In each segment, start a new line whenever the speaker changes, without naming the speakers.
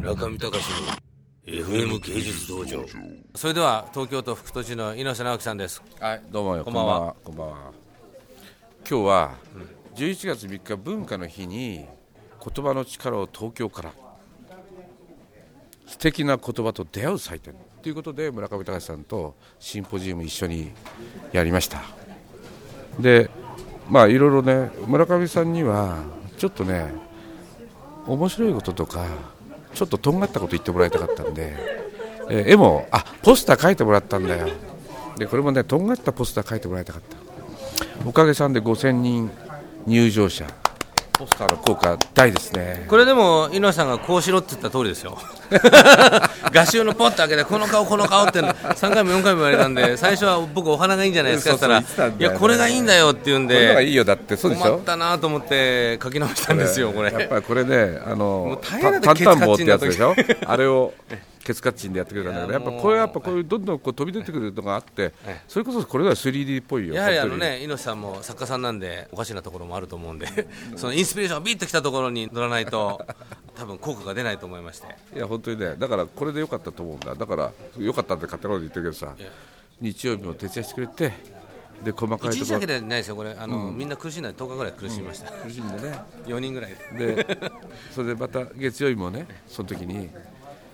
中見隆の FM 芸術道場
それでは東京都副都知の猪瀬直樹さんです
はい、どうもよ。
こんばんは。
こんばんは。今日は11月3日文化の日に言葉の力を東京から素敵な言葉と出会う祭典ということで村上隆さんとシンポジウム一緒にやりました。で、まあいろいろね村上さんにはちょっとね面白いこととかちょっととんがったこと言ってもらいたかったんで、えー絵もあポスター書いてもらったんだよでこれもねとんがったポスター書いてもらいたかったおかげさんで5000人入場者ポスターの効果大ですね
これでも猪瀬さんがこうしろって言った通りです よ画集のポッと開けてこの顔この顔って3回も4回も言われたんで最初は僕お花がいいんじゃないですかって言っ
そう
た
そう
ら
言っ
い
てたんだよね
やこれがいいんだよって言うん
これのがい
で
いよだってそうでし
困
ょ
ったなと思って書き直したんですよこれ
やっぱりこれねあ
もう
の
大変だ
た
って
担々棒ってやつでしょ
ケツカッチンの時
あれをケツカッチンでやってくれたんだけ
い
ど
や
やっぱ
もう
これやっぱこういうどんどんこう飛び出てくるのがあって
え
それこそこれが 3D っぽいよ
やはりあの
本当に
ね猪瀬さんも作家さんなんでおかしなところもあると 思うんでそのインスピレーションがビッときたところに乗らないと多分効果が出ないと思いまして
いや本当にねだからこれで良かったと思うんだだから良かったって勝手なこと言ってるけどさ日曜日も徹夜してくれてで細かい
一日
とこ
だ
ろ
けじゃないですよこれあの、みんな苦しんだ10日ぐらい苦しみました、
苦しんでね
4人ぐらいで
で それでまた月曜日もねその時に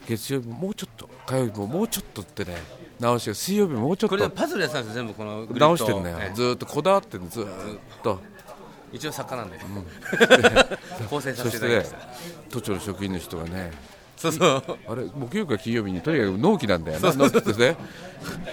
月曜日ももうちょっと火曜日ももうちょっとってね直して水曜日ももうちょっ
ことれでもパズルやってたんですよ全部このグリッド
直してんだよ
ええ
ずーっとこだわってんのずーっと
一応作家なんで、 構成さ
そ
せて
し
い
て
ただき
ね
ました
都庁の職員の人がね
そうそう
あれ木曜日か金曜日にとにかく納期なんだよな納期ですね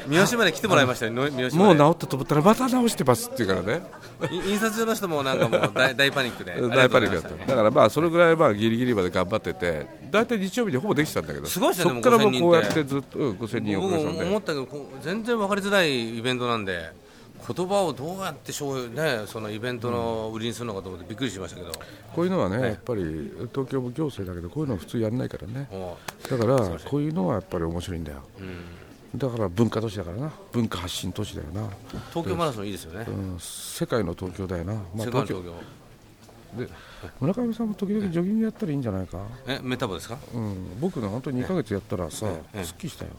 三好まで来てもらいましたよの三好
も
ま
う
で
直ったと思ったらまた直してますって言うからね
い印刷所の人もなんかもう大大パニックで
大パ
ありが
ニックだ
とうございました
っただからまあそれぐらいまあギリギリまで頑張ってて大体日曜日にほぼできてたんだけど
すごいです
そ
よ
っ
ね
から
で
も
も5000
うこうやって
人
ずっとうん5000人お
僕
かげさ
も
んで
思ったけどこう全然分かりづらいイベントなんで言葉をどうやって商品ねそのイベントの売りにするのかと思ってびっくりしましたけど、
こういうのはねやっぱり東京も行政だけどこういうのは普通やんないからね
も
だからこういうのはやっぱり面白いんだよだから文化都市だからな文化発信都市だよな、
う東京マラソンいいですよね、
うん、世界の東京だよな、まあ、
世界の
東
東
京
京
で村上さんも時々ジョギングやったらいいんじゃないか、
えメタボですか
うん、僕の本当に2ヶ月やったらさすっきりしたよ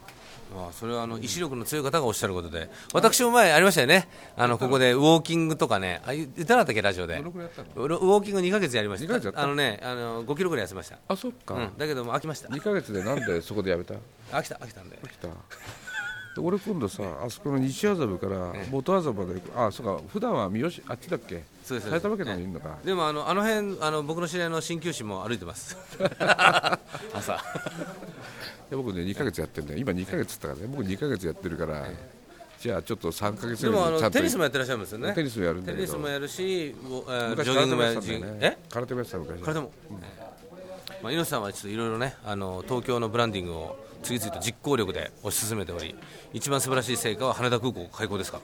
ああそれはあの意志力の強い方がおっしゃることで、私も前ありましたよね、あのここでウォーキングとかね、あ言ってなかったっけ、ラジオで、ウ
どのくらいやったの
ォウォーキング2ヶ月やりま
二ヶ月や
し、
ったた
あのねあの5キロぐらい痩せました、
あそっか、
うん、だけどもう飽きました、
2ヶ月でなんでそこでやめた
飽きた、飽きたんで、
来たで俺今度さあそこの西麻布から元麻布まであそうか普段は三好あっちだっけ
そうです
埼玉県の方にいるのか、
でもあのあの辺あの僕の知り合いの鍼灸師も歩いて ます、朝、
で僕ね2ヶ月やってるんだよ今2ヶ月っつったからね僕2ヶ月やってるから、じゃあちょっと3ヶ月
で
ぐ
も
ら
あ
いにちゃ
の
んと
テニスもやってらっしゃるんですよね、
テニスもやるんだけ
テ
ど
ニスもやるし、ウォえー
昔
ジョギングもやる
空手
し
もやってたん、だよ
え
ね空手もやってた昔
これでも、まあ、猪瀬さんはちょっといろいろねあの東京のブランディングを次々と実行力で推し進めており一番素晴らしい成果は羽田空港開港ですか、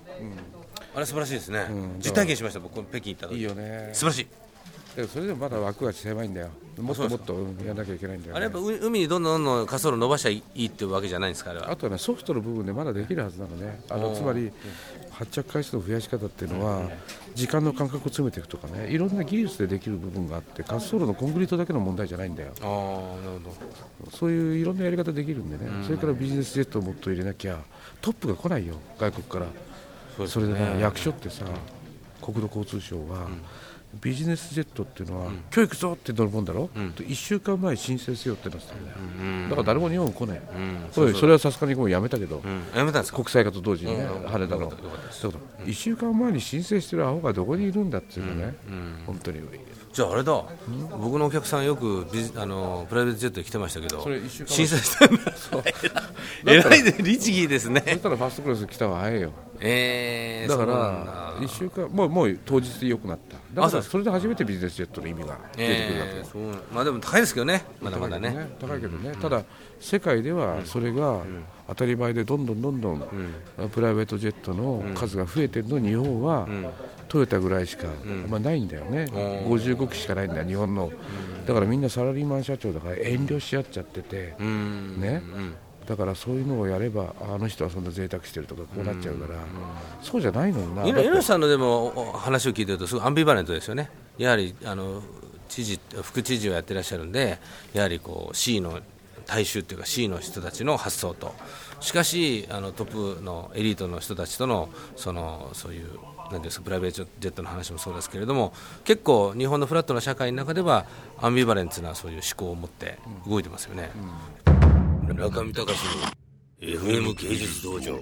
あれ素晴らしいですね、実体験しました僕この北京行った時
いいよね
素晴らしい
でもそれでもまだ枠が狭いんだよもっともっとうんやんなきゃいけないんだよ、
あ
ね、
れやっぱう海にどんどんどんどん滑走路伸ばしちゃいいっていうわけじゃないんですかあれは
あとはねソフトの部分でまだできるはずなのねあのつまり発着回数の増やし方っていうのは時間の間隔を詰めていくとかねいろんな技術でできる部分があって滑走路のコンクリートだけの問題じゃないんだよ
ああーなるほど
そういういろんなやり方できるんでね、それからビジネスジェットをもっと入れなきゃトップが来ないよ外国からそ,、れでね役所ってさ国土交通省は、ビジネスジェットっていうのは、今日行くぞって乗るもんだろ、と1週間前に申請せよってなってたんだよ、だから誰も日本来ない、おいそれはさすがにもうやめたけど、
うんやめたんですか
国際化と同時にね、羽田の、そうだ1週間前に申請してるアホがどこにいるんだっていうのね、本当に、
じゃああれだ、僕のお客さんよくビジあのプライベートジェットで来てましたけど
れ一週間
審
前
査したんだ 偉いで律儀です
そ
ね
したらファーストクラス来たわ、早いよ。
えー、
だか
そうなんだ
ら、1週間、もうもう当日で良くなった、だ
あ
か
そう
ら
です
それで初めてビジネスジェットの意味が出てくるわけ
え
よ
ーそうなまあでも高いですけどね、まだまだね。
高いけどね、ただ、世界ではそれが当たり前で、どんどんどんどんプライベートジェットの数が増えてるの、日本はトヨタぐらいしか、まあ、ないんだよね、55機しかないんだよ、日本の、だからみんなサラリーマン社長だから遠慮し合っちゃってて、
うん
ね。だからそういうのをやればああの人はそんな贅沢してるとかこうなっちゃうから、そうじゃないのよな
猪
だって
猪瀬さんのでもお話を聞いてると、すごいアンビバレントですよね、やはりあの知事、副知事をやってらっしゃるんで、やはりこう C の大衆というか C の人たちの発想としかしあのトップのエリートの人たちとのそのそういうなんていうんですかプライベートジェットの話もそうですけれども結構日本のフラットな社会の中ではアンビバレンツなそういう思考を持って動いてますよね。
中見隆の FM 芸術道場。